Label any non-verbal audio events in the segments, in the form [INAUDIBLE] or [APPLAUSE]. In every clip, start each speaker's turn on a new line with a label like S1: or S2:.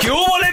S1: ¿Qué hubo, le,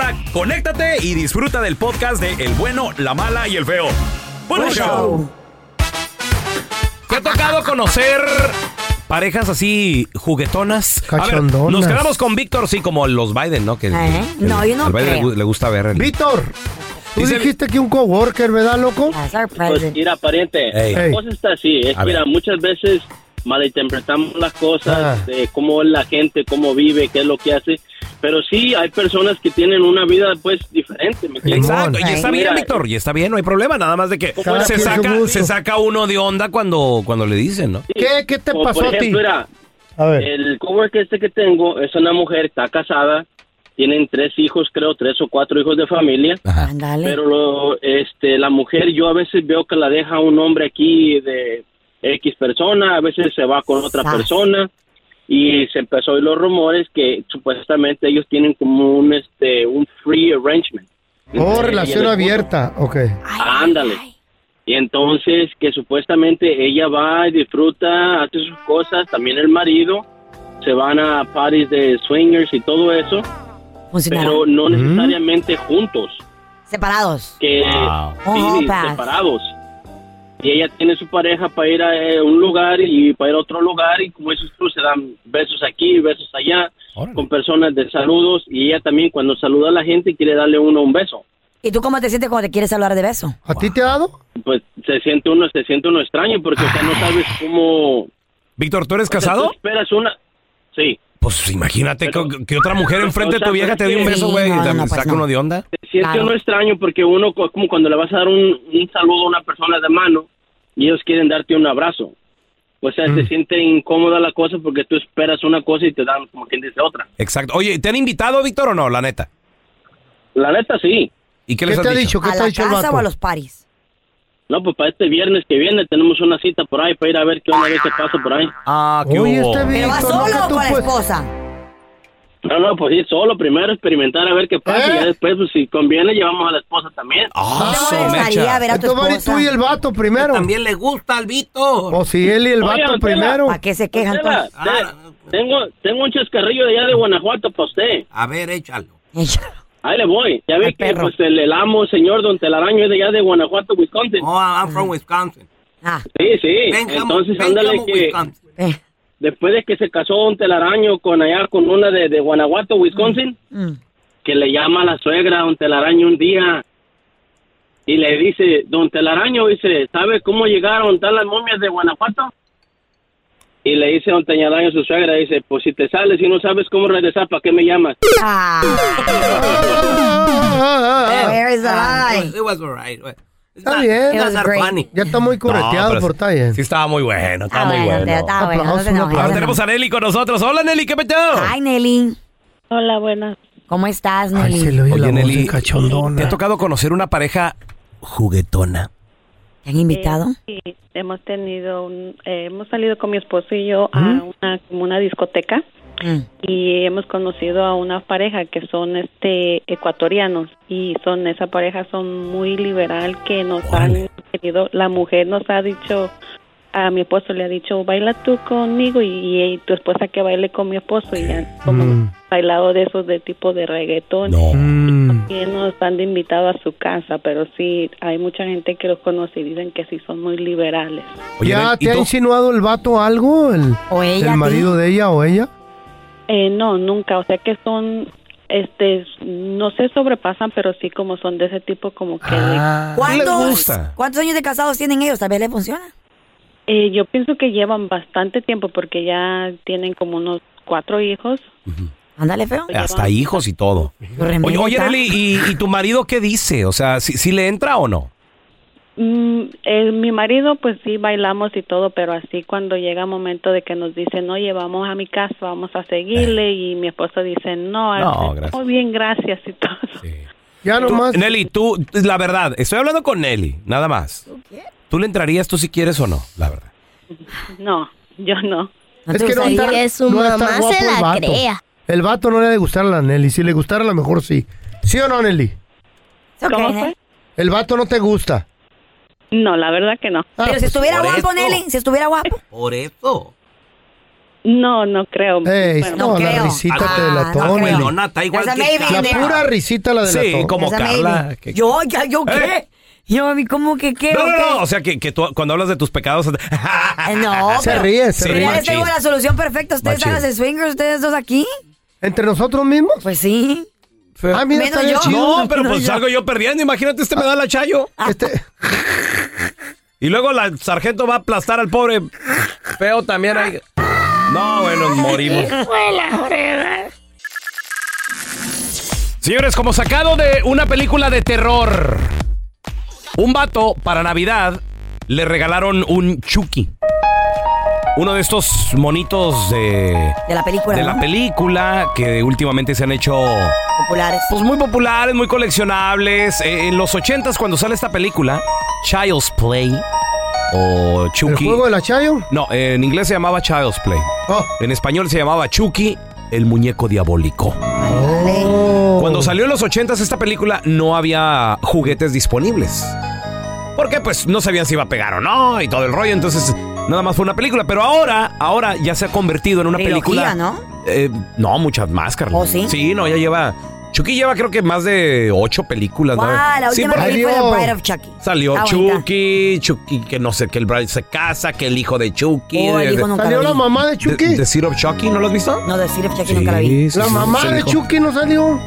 S1: conéctate y disfruta del podcast de El bueno, la mala y el feo. Buen
S2: Buen
S1: show. ¿Te ha tocado conocer parejas así juguetonas? A ver,
S2: Cachondonas.
S1: nos quedamos con Víctor, sí, como los Biden, ¿no? Que,
S3: Ajá.
S1: que
S3: ¿Eh? No, yo no
S1: al Biden le,
S3: creo.
S1: gu- le gusta ver. el-
S2: Víctor, tú
S1: Dice-
S2: dijiste que un coworker, ¿verdad, loco?
S3: That's our
S4: Pues
S3: present.
S4: mira, pariente,
S1: Ey.
S4: la cosa está así. Es
S1: A
S4: que, mira,
S1: ver.
S4: muchas veces malinterpretamos las cosas,
S2: Ah.
S4: de cómo es la gente, cómo vive, qué es lo que hace. Pero sí, hay personas que tienen una vida, pues, diferente. ¿me entiendes?
S1: Exacto, y
S3: Simón.
S1: está bien,
S4: Mira,
S1: Víctor, y está bien, no hay problema, nada más de que
S2: Cada
S1: se
S2: quien su
S1: saca,
S2: gusto.
S1: se saca uno de onda cuando, cuando le dicen, ¿no?
S2: ¿Qué, qué te
S4: Como,
S2: pasó
S4: por ejemplo,
S2: a ti?
S4: mira,
S2: A ver.
S4: el coworker este que tengo es una mujer, está casada, tienen tres hijos, creo, tres o cuatro hijos de familia.
S3: Ándale.
S4: Pero lo, este, la mujer, yo a veces veo que la deja un hombre aquí de X persona, a veces se va con otra
S3: Sas.
S4: persona y se empezó a oír los rumores que supuestamente ellos tienen como un este un free arrangement.
S2: Oh,
S4: Entre
S2: relación
S4: ella y el esposo.
S2: abierta. Ok.
S3: Ay,
S4: ándale.
S3: ay,
S4: Y entonces que supuestamente ella va y disfruta, hace sus cosas, también el marido, se van a parties de swingers y todo eso,
S3: ay. Funcionará.
S4: pero no necesariamente juntos.
S3: Separados.
S4: que
S1: Wow.
S3: Oh,
S4: sí,
S3: paz.
S4: separados. Y ella tiene su pareja para ir a eh, un lugar y para ir a otro lugar y como esos se dan besos aquí, besos allá,
S1: Órale.
S4: con personas de saludos y ella también cuando saluda a la gente quiere darle uno un beso.
S3: ¿Y tú cómo te sientes cuando te quieres hablar de beso?
S2: ¿A ti te ha dado?
S4: Pues se siente uno, se siente uno extraño porque o sea, no sabes cómo...
S1: Víctor, ¿tú eres
S4: o sea,
S1: casado?
S4: tú esperas una... Sí,
S1: Pues imagínate
S4: Pero-
S1: que, que otra mujer enfrente de
S4: o sea,
S1: tu vieja te dé un
S4: porque-
S1: beso, güey,
S3: Sí,
S1: y
S3: no,
S1: te
S3: no, pues
S1: saca
S3: no.
S1: uno de onda.
S4: se siente
S3: Claro.
S4: uno extraño porque uno co- como cuando le vas a dar un, un saludo a una persona de mano y ellos quieren darte un abrazo. O sea,
S1: Mm.
S4: se siente incómoda la cosa porque tú esperas una cosa y te dan como quien dice otra.
S1: Exacto. Oye, ¿te han invitado, Víctor, o no? La neta.
S4: La neta sí.
S1: ¿Y
S2: ¿Qué
S1: qué les has
S2: te ha
S1: dicho?
S2: dicho? ¿Qué
S3: ¿A
S2: te ha
S3: la
S2: dicho el
S3: casa o a
S2: vato?
S3: los paris?
S4: No, pues para este viernes que viene tenemos una cita por ahí para ir a ver qué onda, a ver qué pasa por ahí.
S1: Ah, qué
S2: Oye,
S1: hubo?
S2: este vi-
S3: ¿Pero vas
S2: Víctor, no,
S3: solo
S2: que
S3: o
S2: tú,
S3: con la
S2: pues.
S3: esposa?
S4: No, no, pues ir solo primero, experimentar a ver qué pasa
S2: ¿Eh?
S4: y ya después, pues si conviene, llevamos a la esposa también.
S1: Ah,
S3: ¿No te
S1: su
S3: molestaría
S1: mecha.
S3: ver a tu
S2: Entonces, Mari,
S3: esposa?
S2: tú y el vato primero.
S1: le gusta al Víctor.
S2: O si él y el
S4: Oye,
S2: vato
S4: don Tela.
S2: primero.
S3: ¿Para qué se quejan
S4: Tela,
S3: todos? Ah.
S5: Ah.
S4: Tela, tengo, tengo un chascarrillo de allá de Guanajuato para usted.
S1: A ver, échalo.
S4: Ahí le voy. Ya
S3: Ay,
S4: ve que
S3: perro.
S4: pues, el, el amo, señor Don Telaraño, es de allá de Guanajuato, Wisconsin.
S5: Oh, I'm from Wisconsin.
S3: Ah,
S4: Sí, sí.
S5: Benham-
S4: Entonces,
S5: Benham,
S4: ándale que
S5: Wisconsin.
S3: eh,
S4: después de que se casó Don Telaraño con allá, con una de, de Guanajuato, Wisconsin,
S3: mm.
S4: que le llama a la suegra a Don Telaraño un día y le dice, Don Telaraño, dice, ¿sabe cómo llegaron tal las momias de Guanajuato? Y le dice Don Telaraño a su suegra, dice, pues si te sales y no sabes cómo regresar, ¿para qué me llamas?
S3: Ah,
S2: Ah, ah, ah, ah.
S3: where is the
S5: Ah, it was-
S3: line?
S5: It was alright. It's
S2: Está
S5: not-
S2: bien.
S5: it
S3: It was
S5: not
S3: great.
S5: funny.
S2: Ya está muy correteado por Tayen.
S1: Sí, estaba muy
S3: Está
S1: bueno, estaba muy
S3: Ah, bueno,
S1: bueno.
S3: Teo, está bueno. No
S2: Aplauso,
S3: te
S2: un
S3: enojes,
S2: aplauso.
S3: no
S1: Ahora
S3: te
S1: tenemos a Nelly con nosotros. Hola, Nelly, ¿qué peteo?
S3: enojes. Ay, Nelly.
S6: Hola, buenas.
S3: ¿Cómo estás,
S2: Ay,
S3: Nelly?
S2: se le oye
S1: Oye,
S2: la voz de
S1: Nelly, ¿te
S2: cachondona.
S1: ha tocado conocer una pareja juguetona?
S3: ¿Te han invitado?
S6: Eh, Sí, hemos tenido, un- eh, hemos salido con mi esposo y yo a una, como una discoteca
S3: Mm.
S6: y hemos conocido a una pareja que son este ecuatorianos y son esa pareja son muy liberal que nos
S1: Órale.
S6: han querido, la mujer nos ha dicho a mi esposo le ha dicho baila tú conmigo y, y tu esposa que baile con mi esposo y han como
S7: Mm.
S6: bailado de esos de tipo de reggaetón
S7: Mm.
S6: que nos han invitado a su casa, pero sí, hay mucha gente que los conoce y dicen que sí son muy liberales.
S1: Oye,
S2: ¿Ya
S1: Ren, ¿y
S2: te ha
S1: tú?
S2: insinuado el vato algo? ¿El,
S3: O ella. a
S2: el
S3: ti.
S2: marido de ella o ella?
S6: Eh, no, nunca, o sea que son, este, no se sobrepasan, pero sí como son de ese tipo como que...
S1: Ah,
S3: ¿Cuántos, ¿Cuántos años de casados tienen ellos? Tal vez les funciona.
S6: Eh, yo pienso que llevan bastante tiempo porque ya tienen como unos cuatro hijos.
S3: Ándale, feo.
S1: Hasta hijos y todo.
S3: Lo
S1: Oye,
S3: remedias,
S1: oye
S3: ¿ah?
S1: Nelly, ¿y, y tu marido qué dice? O sea, ¿si, si le entra o no?
S6: Mm, eh, mi marido, pues sí, bailamos y todo, pero así cuando llega momento de que nos dicen, oye, vamos a mi casa, vamos a seguirle, y mi esposo dice, no,
S1: No,
S6: Alfredo,
S1: gracias.
S6: muy bien, gracias y todo.
S2: Ya
S1: Tú,
S2: nomás.
S1: Nelly, tú, la verdad, estoy hablando con Nelly, nada más. ¿Tú le entrarías tú si quieres o no? La verdad.
S6: [LAUGHS] No, yo no.
S3: ¿No te
S2: va a
S3: gustaría?
S2: estar-
S8: que su
S2: va a estar
S8: mamá
S2: guapo
S8: se
S2: el
S8: la
S2: vato.
S8: crea.
S2: El vato no le ha de gustar a la Nelly. Si le gustara, a lo mejor sí. ¿Sí o no, Nelly?
S3: It's okay,
S6: ¿Cómo
S3: Nelly.
S6: fue?
S2: El vato no te gusta.
S6: No, la verdad que no.
S2: Ah,
S3: Pero si estuviera
S5: por
S3: guapo,
S5: eso.
S3: Nelly, si estuviera guapo.
S5: Por eso.
S6: No, no creo.
S2: Ey,
S6: Bueno,
S3: no
S2: no, la
S3: creo.
S2: risita
S5: Ah,
S2: te delató,
S5: La
S3: no creo.
S2: Nelly.
S5: pelona está igual
S3: Esa
S5: que
S3: maybe,
S2: La
S5: Carla.
S3: Nelly.
S2: pura risita la delató.
S1: Sí, como
S3: Esa
S1: Carla.
S3: maybe.
S1: que-
S3: Yo, ya, yo qué.
S1: ¿Eh?
S3: Yo, a mí, ¿cómo que qué?
S1: No,
S3: ¿O
S1: no,
S3: qué?
S1: no, o sea, que, que tú cuando hablas de tus pecados... [LAUGHS]
S3: Eh, no,
S2: Se
S3: pero-
S2: ríe, se
S3: pero
S1: ríe.
S3: ya les tengo
S1: Machín.
S3: la solución perfecta. Ustedes
S1: Machín.
S3: hagan el swinger, ustedes dos aquí.
S2: ¿Entre nosotros mismos?
S3: Pues sí.
S2: Ah, mira,
S3: Menos
S2: está bien
S3: yo.
S2: chido.
S1: no, pero
S3: no,
S1: pues
S3: yo-
S1: salgo yo perdiendo. Imagínate, este me da la chayo.
S2: Este-
S1: [LAUGHS] Y luego la sargento va a aplastar al pobre feo también ahí. No, bueno, morimos. Señores, como sacado de una película de terror, un vato para Navidad le regalaron un Chucky. Uno de estos monitos de,
S3: De la película.
S1: de la
S3: ¿no?
S1: película que últimamente se han hecho
S3: Populares.
S1: pues muy populares, muy coleccionables. Eh, en los 80s, cuando sale esta película, Child's Play o
S2: ¿El
S1: Chucky.
S2: juego de la Chayo?
S1: No, en inglés se llamaba Child's Play.
S2: Oh.
S1: En español se llamaba Chucky, el muñeco diabólico. Cuando salió en los 80s esta película, no había juguetes disponibles. Porque pues no sabían si iba a pegar o no y todo el rollo. Entonces, nada más fue una película. Pero ahora, ahora ya se ha convertido en una película.
S3: Trilogía, ¿no?
S1: Eh, no, muchas más, Carla.
S3: ¿Oh, sí?
S1: Sí, no, ya lleva. Chucky lleva creo que más de ocho películas. ¿no?
S3: Guau, la
S1: Sí,
S3: última
S1: porque
S3: película
S2: Adiós.
S3: de Bride of Chucky.
S1: salió
S3: Está bonita.
S1: Chucky, Chucky, que no sé, que el Bride se casa, que el hijo de Chucky.
S3: Oh, el
S1: de-
S3: hijo nunca
S2: ¿Salió
S3: lo
S2: la
S3: vi.
S2: mamá de
S1: de-
S2: Chucky?
S1: de Seed of Chucky, ¿no lo has visto?
S3: No, de City of Chucky nunca la vi.
S1: sí,
S2: La
S1: sí,
S2: mamá
S1: sí,
S2: de
S1: hijo.
S2: Chucky no salió.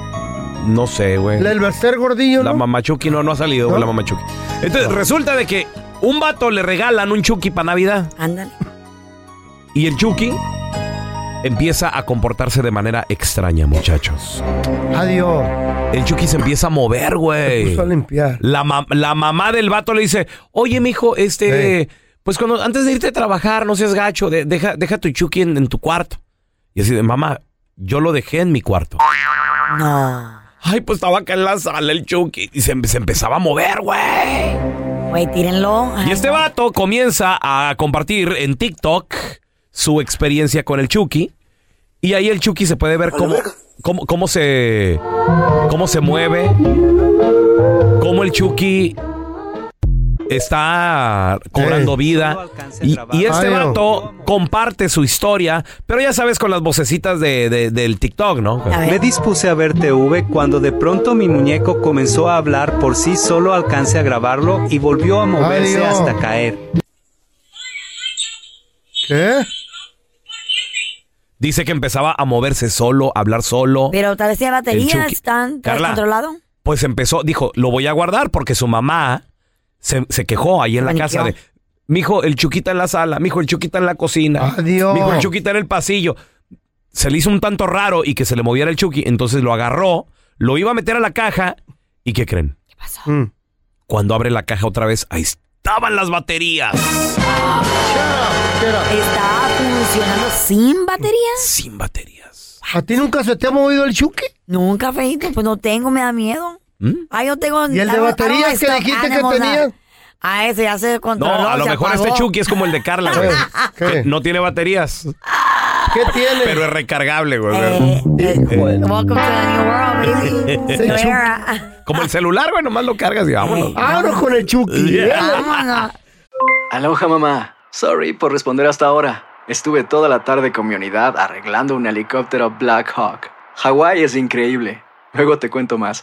S1: No sé, güey.
S2: La del Bercer Gordillo,
S1: La
S2: ¿no?
S1: mamá Chucky no, no ha salido, güey,
S2: ¿No?
S1: la mamá Chucky. Entonces, resulta de que un vato le regalan un Chucky para Navidad
S3: Ándale.
S1: y el Chucky empieza a comportarse de manera extraña, muchachos.
S2: Adiós. Pues,
S1: El Chucky se empieza a mover,
S2: Se
S1: güey.
S2: puso a limpiar.
S1: La, ma- la mamá del vato le dice, oye, mijo, este, pues cuando antes de irte a trabajar, no seas gacho, de- deja, deja tu Chucky en, en tu cuarto. Y así de, mamá, yo lo dejé en mi cuarto.
S3: No.
S1: Ay, pues estaba acá en la sala el Chucky. Y se, em- se empezaba a mover, güey.
S3: Güey, tírenlo.
S1: Y este vato comienza a compartir en TikTok su experiencia con el Chucky. Y ahí el Chucky se puede ver cómo, cómo, cómo se. cómo se mueve. Cómo el Chucky está cobrando
S2: Ey.
S1: vida. Y, y este
S2: Ay, no.
S1: vato comparte su historia, pero ya sabes, con las vocecitas de, de- del TikTok, ¿no?
S3: A ver.
S7: Me dispuse a ver TV cuando de pronto mi muñeco comenzó a hablar por sí solo, alcancé a grabarlo y volvió a moverse
S2: Dios.
S7: hasta caer.
S2: ¿Qué?
S1: Dice que empezaba a moverse solo, a hablar solo.
S3: Pero tal vez tiene
S1: El
S3: batería,
S1: Chucky.
S3: están
S1: Carla.
S3: descontrolados.
S1: pues empezó, dijo, lo voy a guardar porque su mamá se, se quejó ahí en la
S3: Paniqueó.
S1: casa de, mijo, el chuquita en la sala, mijo, el chuquita en la cocina,
S2: Adiós.
S1: mijo, el chuquita en el pasillo. Se le hizo un tanto raro y que se le moviera el chuqui, entonces lo agarró, lo iba a meter a la caja y ¿qué creen?
S2: Mm.
S1: Cuando abre la caja otra vez, ahí estaban las baterías.
S3: Está funcionando sin batería.
S1: Sin baterías.
S2: ¿A ti nunca se te ha movido el Chucky?
S3: Nunca, feito. Pues no tengo, me da miedo.
S1: ¿Mm?
S3: Ay, yo tengo.
S2: ¿Y
S3: I
S2: el de
S3: don't- I don't
S2: baterías
S3: like
S2: que
S3: stuffed
S2: dijiste que
S3: animals,
S2: tenía?
S3: ah. Ah, ese ya se
S1: No,
S3: controló.
S1: a lo
S3: se
S1: mejor
S3: apagó.
S1: este Chucky es como el de Carla, güey. Que no tiene baterías. ¿Qué tiene? Pero es recargable, güey.
S3: Eh,
S1: Eh,
S3: Welcome to the new world, baby.
S1: Se
S3: New
S1: chupa.
S3: era.
S1: [LAUGHS] Como el celular, güey, nomás lo cargas y vámonos.
S2: Vámonos con el
S1: [LAUGHS]
S2: Chucky. ¿eh?
S3: Vámonos.
S8: Aloha mamá. Sorry por responder hasta ahora. Estuve toda la tarde con mi unidad arreglando un helicóptero Black Hawk. Hawái es increíble. Luego te cuento más.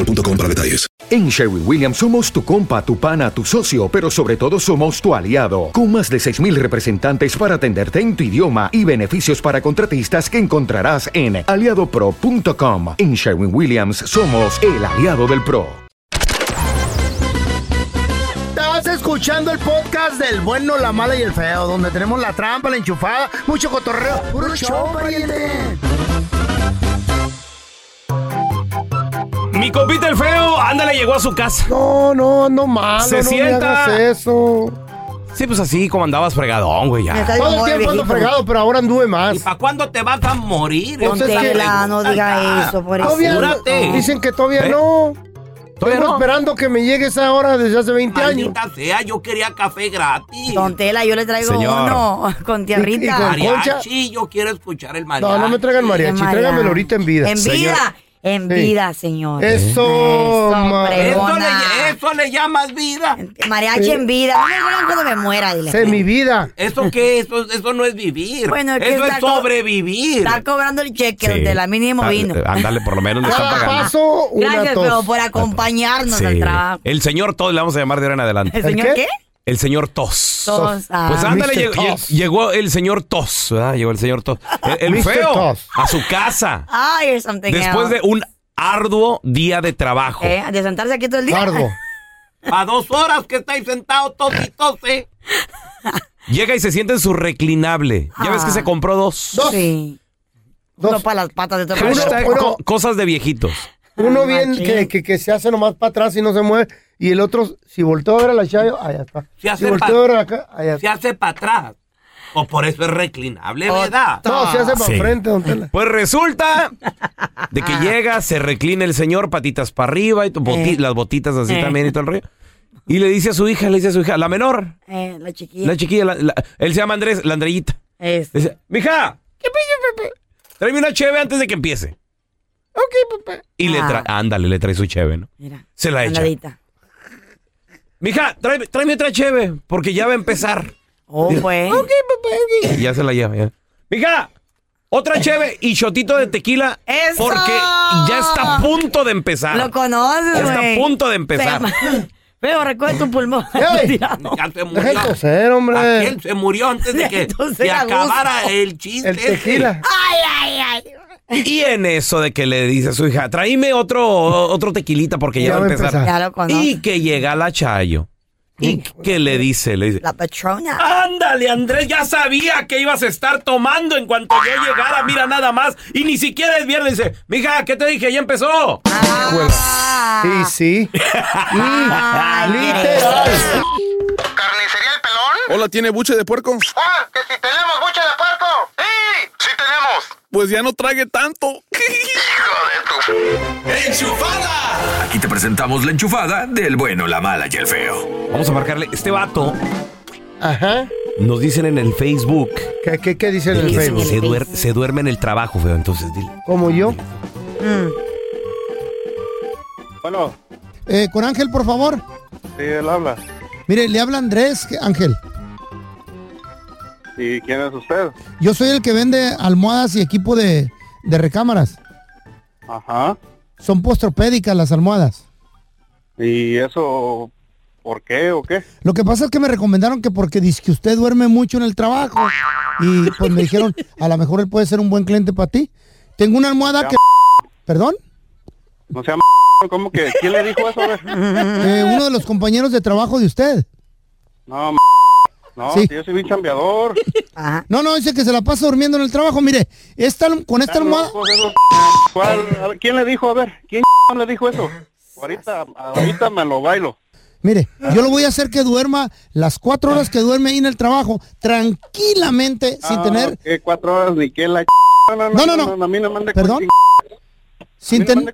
S9: para detalles.
S10: En Sherwin Williams somos tu compa, tu pana, tu socio, pero sobre todo somos tu aliado, con más de 6.000 representantes para atenderte en tu idioma y beneficios para contratistas que encontrarás en aliadopro.com. En Sherwin Williams somos el aliado del PRO.
S2: Estás escuchando el podcast del bueno, la mala y el feo, donde tenemos la trampa, la enchufada, mucho cotorreo. ¡Puro show,
S11: [LAUGHS]
S2: pariente!
S1: Mi compita el feo, ándale, llegó a su casa.
S2: No, no, ando mal.
S1: Se
S12: no me
S1: sienta.
S12: hagas
S2: eso.
S1: Sí, pues así como andabas fregadón, güey, ya.
S2: Todo el tiempo ando fregado, pero ahora anduve más. ¿Y para
S5: cuándo te vas a morir?
S2: Pues es que-
S3: Contela, no diga eso, por eso.
S2: Todavía no- Dicen que todavía no. Estoy esperando que me llegue esa hora desde hace 20 años.
S5: Maldita sea, yo quería café gratis.
S3: Don Tela, yo le traigo
S2: Señor.
S3: uno con tía Rita.
S5: mariachi, yo quiero escuchar el mariachi.
S2: No, no me traigan mariachi,
S3: Mariachi.
S2: tráigamelo ahorita en vida.
S3: En
S2: Señor.
S3: vida, en
S2: Sí.
S3: vida, señor.
S2: Eso, ma-
S5: Eso
S3: fregona.
S5: le, eso le llamas vida.
S3: Mariachi
S5: Eh.
S3: en vida. No me acuerdo cuando me muera, dile.
S2: vida.
S5: ¿Eso qué? Eso, eso no es vivir.
S3: Bueno, es que
S5: eso es
S3: está co-
S5: sobrevivir.
S3: Está cobrando el cheque,
S1: Sí.
S3: don Tela, mínimo
S1: Ah,
S3: vino.
S1: eh, Ándale, por lo menos le
S3: Ah,
S1: están pagando.
S3: una Gracias, tos. pero por acompañarnos
S1: Sí.
S3: al trabajo.
S1: El señor Tos le vamos a llamar de ahora en adelante.
S3: ¿El señor qué?
S1: El señor Tos.
S3: Tos, ah.
S1: Pues ándale,
S3: Mr.
S1: llegó,
S3: Tos.
S1: lle- llegó el señor Tos, ¿verdad? Llegó el señor Tos. El, el
S3: Mr.
S1: feo
S3: Tos.
S1: a su casa.
S3: Ay, es something
S1: Después de
S3: else.
S1: un arduo día de trabajo.
S3: ¿Eh? De sentarse aquí todo el día. [LAUGHS]
S5: A dos horas que estáis sentados ¿eh? tos y tose.
S1: Llega y se siente en su reclinable. Ya ves que
S3: Ah.
S1: se compró dos.
S3: Sí. Uno para Ah, las patas de todo
S1: Hashtag
S2: Uno-
S1: co- cosas de viejitos.
S2: Uno bien que, que, que se hace nomás para atrás y no se mueve. Y el otro, si volteo a ver a la Chayo, allá está.
S5: Se hace
S2: si volteo
S5: pa-
S2: a ver acá, allá
S5: Se hace para atrás. O por eso es reclinable, ¿verdad?
S2: No, se hace para
S1: Sí.
S2: frente, don Tela.
S1: Pues resulta de
S5: Ah.
S1: que llega, se reclina el señor, patitas para arriba y tu boti- las botitas así
S3: Eh.
S1: también y todo el rollo. Y le dice a su hija, le dice a su hija, la menor,
S3: Eh, la chiquilla.
S1: la chiquilla, la- la- él se llama Andrés, la Andrellita.
S3: Es.
S1: Le dice, mija, tráeme una cheve antes de que empiece. Y le trae, ándale, le trae su cheve, ¿no?
S3: Mira,
S1: Se la echa.
S3: andadita.
S1: Mija, tráeme, tráeme otra cheve, porque ya va a empezar.
S3: Oh, pues.
S1: Ya se la lleva, ya. Mija, otra cheve y shotito de tequila.
S3: ¡Eso!
S1: Porque ya está a punto de empezar.
S3: Lo conoces,
S1: Ya está a
S3: güey.
S1: punto de empezar.
S3: [LAUGHS] Pero, pero recuerda tu
S2: [LAUGHS]
S3: pulmón.
S5: Ya se
S2: Deja de
S5: murió.
S2: toser, hombre.
S5: Aquel se murió antes
S3: [LAUGHS]
S5: de que se
S3: a gusto.
S5: acabara el chiste.
S2: El
S1: este.
S2: tequila.
S3: Ay, ay, ay.
S1: Y en eso de que le dice a su hija, tráeme otro, otro tequilita porque ya, va a empezar.
S3: Ya lo conoces.
S1: Y que llega la Chayo. Y que le dice, le dice,
S3: La patrona.
S1: Ándale, Andrés, ya sabía que ibas a estar tomando en cuanto yo llegara, mira nada más. Y ni siquiera es viernes. Dice, mija, ¿qué te dije? Ya empezó.
S2: Sí, sí.
S1: Ay,
S2: Literal.
S13: Hola, ¿tiene buche de puerco?
S14: que si tenemos buche de puerco. ¡Sí! ¡Sí tenemos!
S13: Pues ya no trague
S15: [LAUGHS]
S13: tanto.
S14: ¡Hijo de tu... ¡Enchufada!
S15: Aquí te presentamos la enchufada del bueno, la mala y el feo.
S1: Vamos a marcarle. Este vato
S2: Ajá.
S1: nos dicen en el Facebook.
S2: ¿Qué, qué, qué dicen en el
S1: que se-
S2: Facebook?
S1: Se, duer- se duerme en el trabajo, feo. Entonces, dile.
S2: Como yo.
S16: Bueno,
S12: Eh, con Ángel, por favor.
S16: sí, él habla.
S12: Mire, le habla Andrés, que- Ángel.
S16: ¿Y quién es usted?
S12: Yo soy el que vende almohadas y equipo de, de recámaras.
S16: Ajá.
S12: Son postropédicas las almohadas.
S16: ¿Y eso por qué o qué?
S12: Lo que pasa es que me recomendaron que porque dice que usted duerme mucho en el trabajo. [LAUGHS] Y pues me dijeron, a lo mejor él puede ser un buen cliente para ti. Tengo una almohada que... ¿Perdón?
S16: No sea m******, ¿cómo que? ¿Quién le dijo eso? güey?
S2: Eh, uno de los compañeros de trabajo de usted.
S16: No, m******, no,
S2: Sí.
S16: si yo soy bien [LAUGHS] chambeador.
S2: No, no, dice que se la pasa durmiendo en el trabajo. Mire, esta, alm- con esta
S16: Están
S2: almohada.
S16: locos esos ¿Cuál? A ver, ¿Quién le dijo? A ver, ¿quién le dijo eso? Ahorita, ahorita me lo bailo.
S2: Mire, yo lo voy a hacer que duerma las cuatro horas que duerme ahí en el trabajo, tranquilamente, sin
S16: Ah,
S2: tener,
S16: ¿qué? cuatro horas ni qué la ch-
S2: No, no, no.
S16: A mí no mande
S2: Perdón.
S16: con-
S2: sin ten-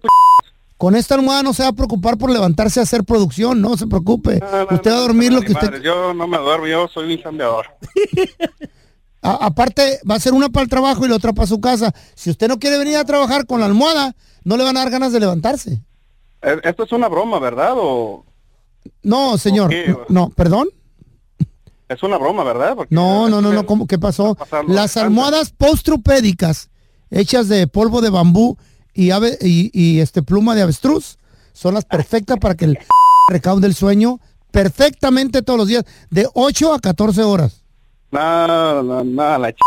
S2: Con esta almohada no se va a preocupar por levantarse a hacer producción, no se preocupe. usted va a dormir lo
S16: ni
S2: que usted.
S16: madres, Yo no me duermo, yo soy un chambeador.
S2: [LAUGHS] A- aparte, va a ser una para el trabajo y la otra para su casa. Si usted no quiere venir a trabajar con la almohada, no le van a dar ganas de levantarse.
S16: Eh, Esto es una broma, ¿verdad? ¿O
S2: No, señor.
S16: Ok.
S2: No, perdón.
S16: es una broma, verdad? Porque
S2: No, no, no, no, ¿cómo? ¿Qué pasó?
S16: pasando
S2: Las almohadas postrupédicas, hechas de polvo de bambú y, ave- y, y, este pluma de avestruz, son las perfectas para que el [LAUGHS] recaude el sueño perfectamente todos los días, de 8 a 14 horas.
S16: nada, nada, nada, la ch...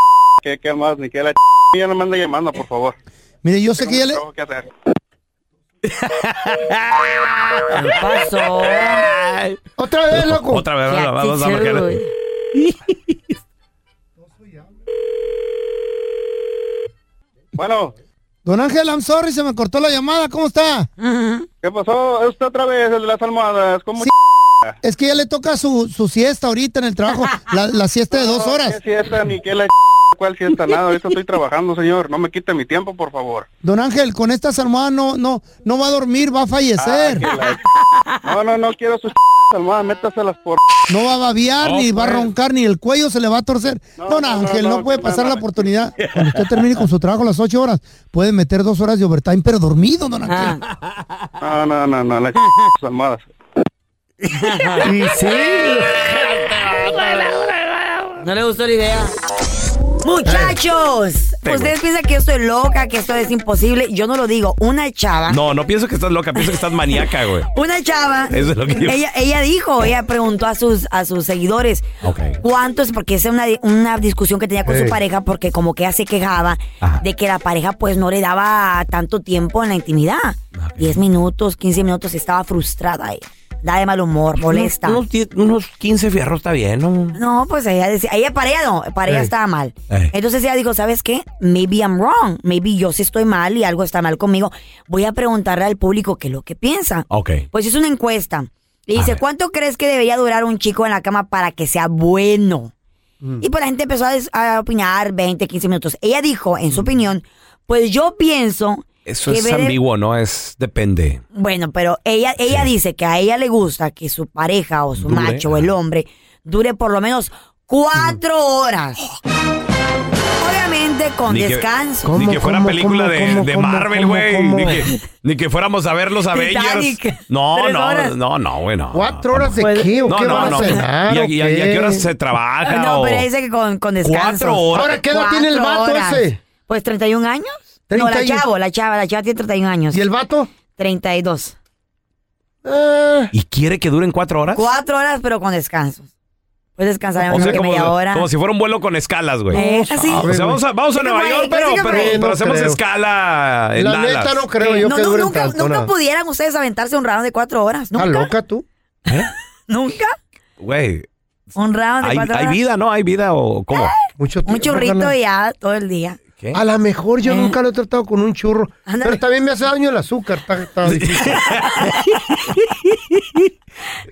S16: ¿Qué, qué más? Ni qué la ch... Ya no me anda llamando, por favor.
S2: Mire, yo sé que ya le...
S16: ¿Qué hacer?
S3: pasó?
S2: Otra vez, loco.
S1: Otra vez, ¿verdad? vamos a marcar.
S16: Bueno,
S2: Don Ángel, I'm sorry, se me cortó la llamada, ¿cómo está?
S16: ¿qué pasó? Es usted otra vez, el de las almohadas. ¿Cómo
S2: Sí, Es que ya le toca su, su siesta ahorita en el trabajo, la, la siesta de
S16: [LAUGHS]
S2: dos
S16: No,
S2: horas.
S16: ¿Qué siesta ni qué la ch... ¿Cuál siesta? Nada, ahorita estoy trabajando, señor. No me quite mi tiempo, por favor.
S2: Don Ángel, con estas almohadas no, no, no va a dormir, va a
S16: Ah,
S2: fallecer.
S16: No, no, no quiero sus ch... almohadas, métaselas por...
S2: No va a babear,
S16: No,
S2: ni va a
S16: pues.
S2: roncar, ni el cuello se le va a torcer.
S16: No,
S2: Don
S16: no, no,
S2: Ángel, no,
S16: no,
S2: puede
S16: no,
S2: pasar
S16: no,
S2: la
S16: no. [LAUGHS]
S2: oportunidad. Cuando usted termine con su trabajo a las 8 horas, puede meter dos horas de overtime, pero dormido, don Ángel.
S16: No,
S3: Ah,
S16: no, no, no, las ch... almohadas.
S2: Y sí.
S3: No le gustó la idea. Muchachos,
S1: Tengo.
S3: ustedes piensan que yo estoy loca, que esto es imposible. Yo no lo digo. Una chava.
S1: No, no pienso que estás loca, pienso que estás maníaca, güey.
S3: Una chava.
S1: Eso es lo que yo-
S3: ella, ella dijo, ella preguntó a sus, a sus seguidores cuántos, porque esa es una, una discusión que tenía con
S1: Ey.
S3: su pareja, porque como que ella se quejaba de que la pareja pues no le daba tanto tiempo en la intimidad.
S17: Ah,
S3: 10 minutos, 15 minutos, estaba frustrada ella. Da de mal humor, molesta.
S17: Unos, unos die- unos 15 fierros está bien, ¿no?
S3: No, pues ella decía, ella para ella no, para ella
S17: Ey.
S3: estaba mal.
S17: Ey.
S3: Entonces ella dijo, ¿sabes qué? Maybe I'm wrong, maybe yo sí estoy mal y algo está mal conmigo. Voy a preguntarle al público qué es lo que piensa.
S1: Ok.
S3: Pues hizo una encuesta. Le dice, ¿cuánto crees que debería durar un chico en la cama para que sea bueno?
S1: Mm.
S3: Y pues la gente empezó a, des- a opinar 20, 15 minutos. Ella dijo, en su opinión, pues yo pienso...
S1: Mm. Eso
S3: que
S1: es
S3: ver-
S1: ambiguo, ¿no? Es depende.
S3: bueno, pero ella, ella dice que a ella le gusta que su pareja o su
S1: Dure,
S3: macho o el hombre dure por lo menos cuatro horas. Obviamente con
S1: Ni Mm. que-
S3: descanso.
S1: ni que fuera película de, de Marvel, güey. Ni que, ni que fuéramos a ver los Avengers.
S18: Titanic.
S3: [LAUGHS]
S1: No,
S18: Tres
S1: no,
S18: horas.
S1: no, no, güey, no.
S18: ¿Cuatro horas de qué? ¿O
S1: No,
S18: qué
S1: no,
S18: van a
S1: no.
S18: cenar?
S1: ¿Y a,
S18: o
S1: y a- y a qué horas se trabaja?
S3: No,
S1: o-
S3: pero ella dice que con, con descanso.
S1: Cuatro horas. Ahora,
S18: ¿qué edad tiene el
S3: Cuatro
S18: vato ese?
S3: Pues 31 años. No,
S18: Treinta
S3: la
S18: y-
S3: chavo, la chava, la chava tiene 31 años. ¿Y
S18: el vato?
S3: 32.
S18: Ah.
S1: ¿Y quiere que duren cuatro horas?
S3: Cuatro horas, pero con descanso. Puedes descansar en
S1: O
S3: una
S1: sea,
S3: que
S1: como,
S3: media hora.
S1: como si fuera un vuelo con escalas, güey.
S3: Eh, así.
S1: O sea, vamos a, vamos a
S3: Sí,
S1: Nueva
S3: güey,
S1: York,
S3: sí,
S1: pero,
S3: sí,
S1: pero,
S3: güey.
S1: pero
S3: No
S1: hacemos
S3: creo.
S1: escala en
S18: La
S1: Dallas.
S18: neta no creo yo
S3: no,
S18: que
S3: no,
S18: duren
S3: nunca,
S18: tanto,
S3: nunca
S18: nada.
S3: pudieran ustedes aventarse un round de cuatro horas.
S18: ¿Está
S3: Nunca.
S18: loca tú?
S3: Nunca.
S1: Güey,
S3: Un round Ah, de
S1: hay,
S3: cuatro
S1: hay
S3: horas.
S1: vida, ¿no? ¿Hay vida o cómo?
S18: Mucho
S3: Un churrito y ya Eh. todo el día. [LAUGHS]
S1: ¿Qué?
S18: A lo mejor yo nunca lo he tratado con un churro. Pero también me hace daño el azúcar. Está,
S1: [LAUGHS]
S18: está difícil.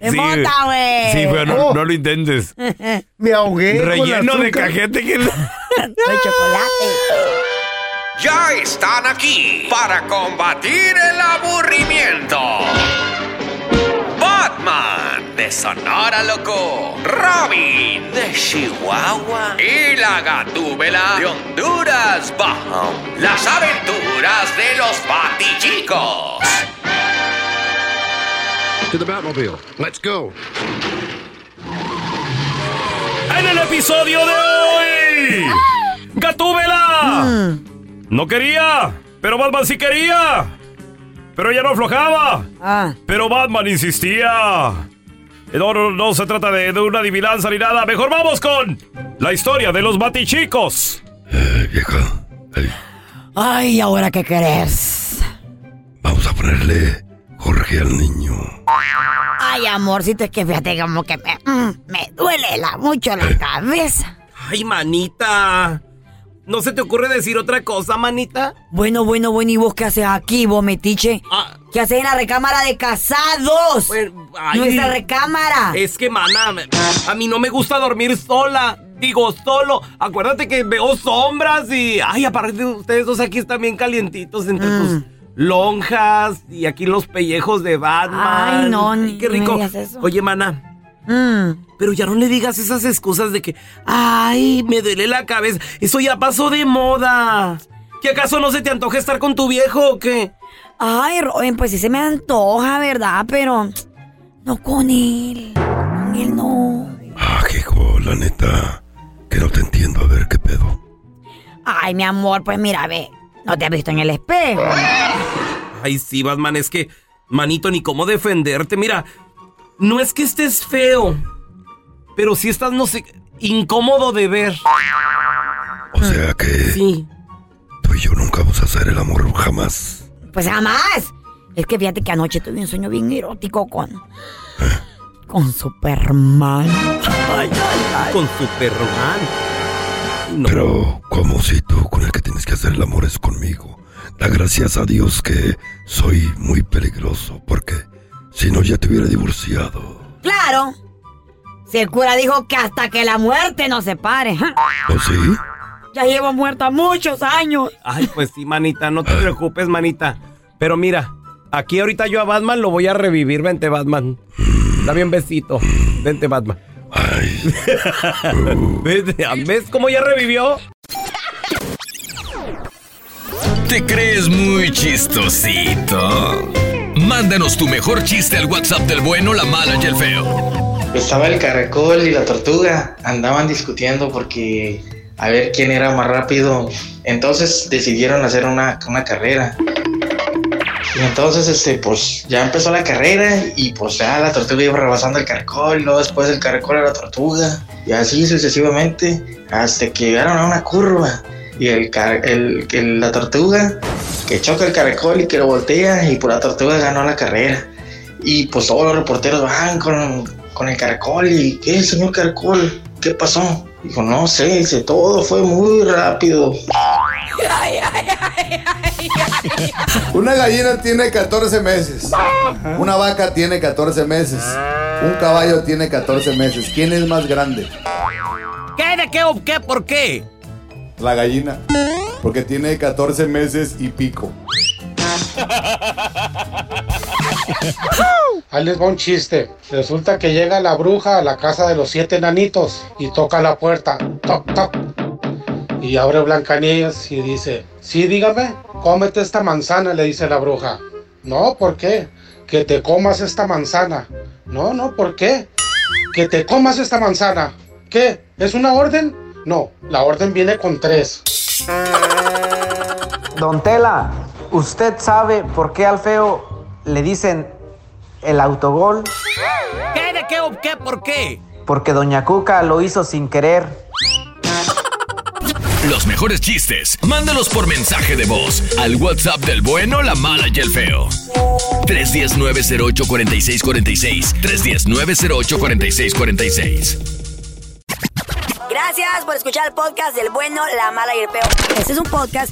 S3: ¡Es mota, güey!
S1: Sí, pero no,
S18: Oh.
S1: no lo intentes.
S18: Me ahogué. con
S1: Relleno de
S18: azúcar.
S1: cajete que...
S15: Ya están aquí para combatir el aburrimiento. Batman de Sonora Loco, Robin de Chihuahua y la Gatúbela de Honduras Bajo. Las aventuras de los Batichicos.
S19: To the Batmobile. Let's go.
S1: En el episodio de hoy, Gatúbela
S18: Mm.
S1: no quería, pero Batman sí quería. Pero ella no aflojaba.
S3: Ah.
S1: Pero Batman insistía. No, no, no se trata de, de una adivinanza ni nada. Mejor vamos con la historia de los batichicos.
S3: Ay, ¿ahora qué crees?
S19: Vamos a ponerle Jorge al niño.
S3: Ay, amorcito, es que fíjate como que me, mm, me duele la, mucho la cabeza.
S1: Ay, manita. ¿No se te ocurre decir otra cosa, manita?
S3: Bueno, bueno, bueno, ¿y vos qué haces aquí, vos metiche? ¿Qué haces en la recámara de casados?
S1: ay.
S3: Nuestra recámara.
S1: Es que, mana, me- a mí no me gusta dormir sola. Digo, solo. Acuérdate que veo sombras y. Ay, aparte ustedes dos aquí están bien calientitos entre
S3: Mm.
S1: tus lonjas y aquí los pellejos de Batman.
S3: Ay, no, ni-
S1: Qué
S3: no me
S1: rico.
S3: digas eso. Mm.
S1: Oye, mana. Pero ya no le digas esas excusas de que, ay, me duele la cabeza. Eso ya pasó de moda. ¿Que acaso no se te antoja estar con tu viejo o qué?
S3: Ay, Robin, pues sí se me antoja, ¿verdad? Pero no con él. Con él no.
S19: Ah, Hijo, la neta, que no te entiendo. A ver qué pedo.
S3: Ay, mi amor, pues mira, ve. No te has visto en el espejo.
S1: Ay, sí, Batman, es que, manito, ni cómo defenderte. Mira, no es que estés feo, pero sí estás, no sé, incómodo de ver.
S19: O sea
S3: Mm.
S19: que
S1: Sí.
S19: tú y yo nunca vamos a hacer el amor jamás.
S3: Pues jamás. Es que fíjate que anoche tuve un sueño bien erótico con. Con Superman.
S1: Ay, Con Superman.
S19: Pero, ¿cómo si tú con el que tienes que hacer el amor es conmigo? Da gracias a Dios que soy muy peligroso, porque si no ya te hubiera divorciado.
S3: Claro. Si el cura dijo que hasta que la muerte nos separe. ¿eh? ¿ja?
S19: ¿O sí?
S3: Ya llevo muerta muchos años.
S1: Ay, pues sí, manita, no te preocupes, manita. Pero mira, aquí ahorita yo a Batman lo voy a revivir. Vente, Batman. Dame un besito. Vente, Batman. [LAUGHS] Vete, ¿Ves cómo ya revivió?
S15: ¿Te crees muy chistosito? Mándanos tu mejor chiste al WhatsApp del bueno, la mala y el feo.
S20: Estaba el caracol y la tortuga, andaban discutiendo porque a ver quién era más rápido. Entonces decidieron hacer una, una carrera. Y entonces, este, pues ya empezó la carrera y pues ya la tortuga iba rebasando el caracol, y luego después el caracol a la tortuga, y así sucesivamente hasta que llegaron a una curva. Y el, car- el- el- la tortuga que choca el caracol y que lo voltea, y por la tortuga ganó la carrera. Y pues todos los reporteros van con, con el caracol y ¿qué, señor caracol? ¿Qué pasó? Dijo, no sé, dice, todo fue muy rápido.
S11: Una gallina tiene 14 meses. Una vaca tiene 14 meses. Un caballo tiene 14 meses. ¿Quién es más grande?
S1: ¿Qué? ¿De qué? o ¿Qué? ¿Por qué?
S11: La gallina. Porque tiene 14 meses y pico.
S21: Ahí les va un chiste. Resulta que llega la bruja a la casa de los siete nanitos y toca la puerta. Toc, toc. Y abre Blancanieves y dice: Sí, dígame, cómete esta manzana, le dice la bruja. No, ¿por qué? Que te comas esta manzana. No, no, ¿por qué? Que te comas esta manzana. ¿Qué? ¿Es una orden? No, la orden viene con tres.
S22: Don Tela, ¿usted sabe por qué al feo le dicen el autogol?
S1: ¿Qué? ¿De qué? o ¿Qué? ¿Por qué?
S22: Porque Doña Cuca lo hizo sin querer.
S15: Los mejores chistes, mándalos por mensaje de voz al WhatsApp del bueno, la mala y el feo. 319-08-4646. 319-08-4646.
S3: Gracias por escuchar el podcast del bueno, la mala y el peor. Este es un podcast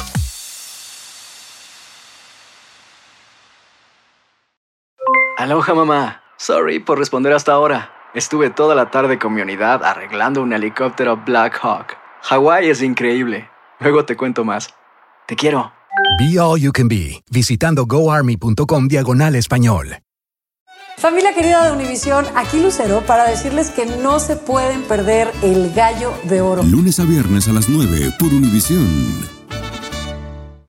S8: Aloha mamá. Sorry por responder hasta ahora. Estuve toda la tarde con mi unidad arreglando un helicóptero Black Hawk. Hawái es increíble. Luego te cuento más. Te quiero.
S23: Be All You Can Be, visitando goarmy.com diagonal español.
S6: Familia querida de Univisión, aquí Lucero para decirles que no se pueden perder el gallo de oro.
S24: Lunes a viernes a las 9 por Univisión.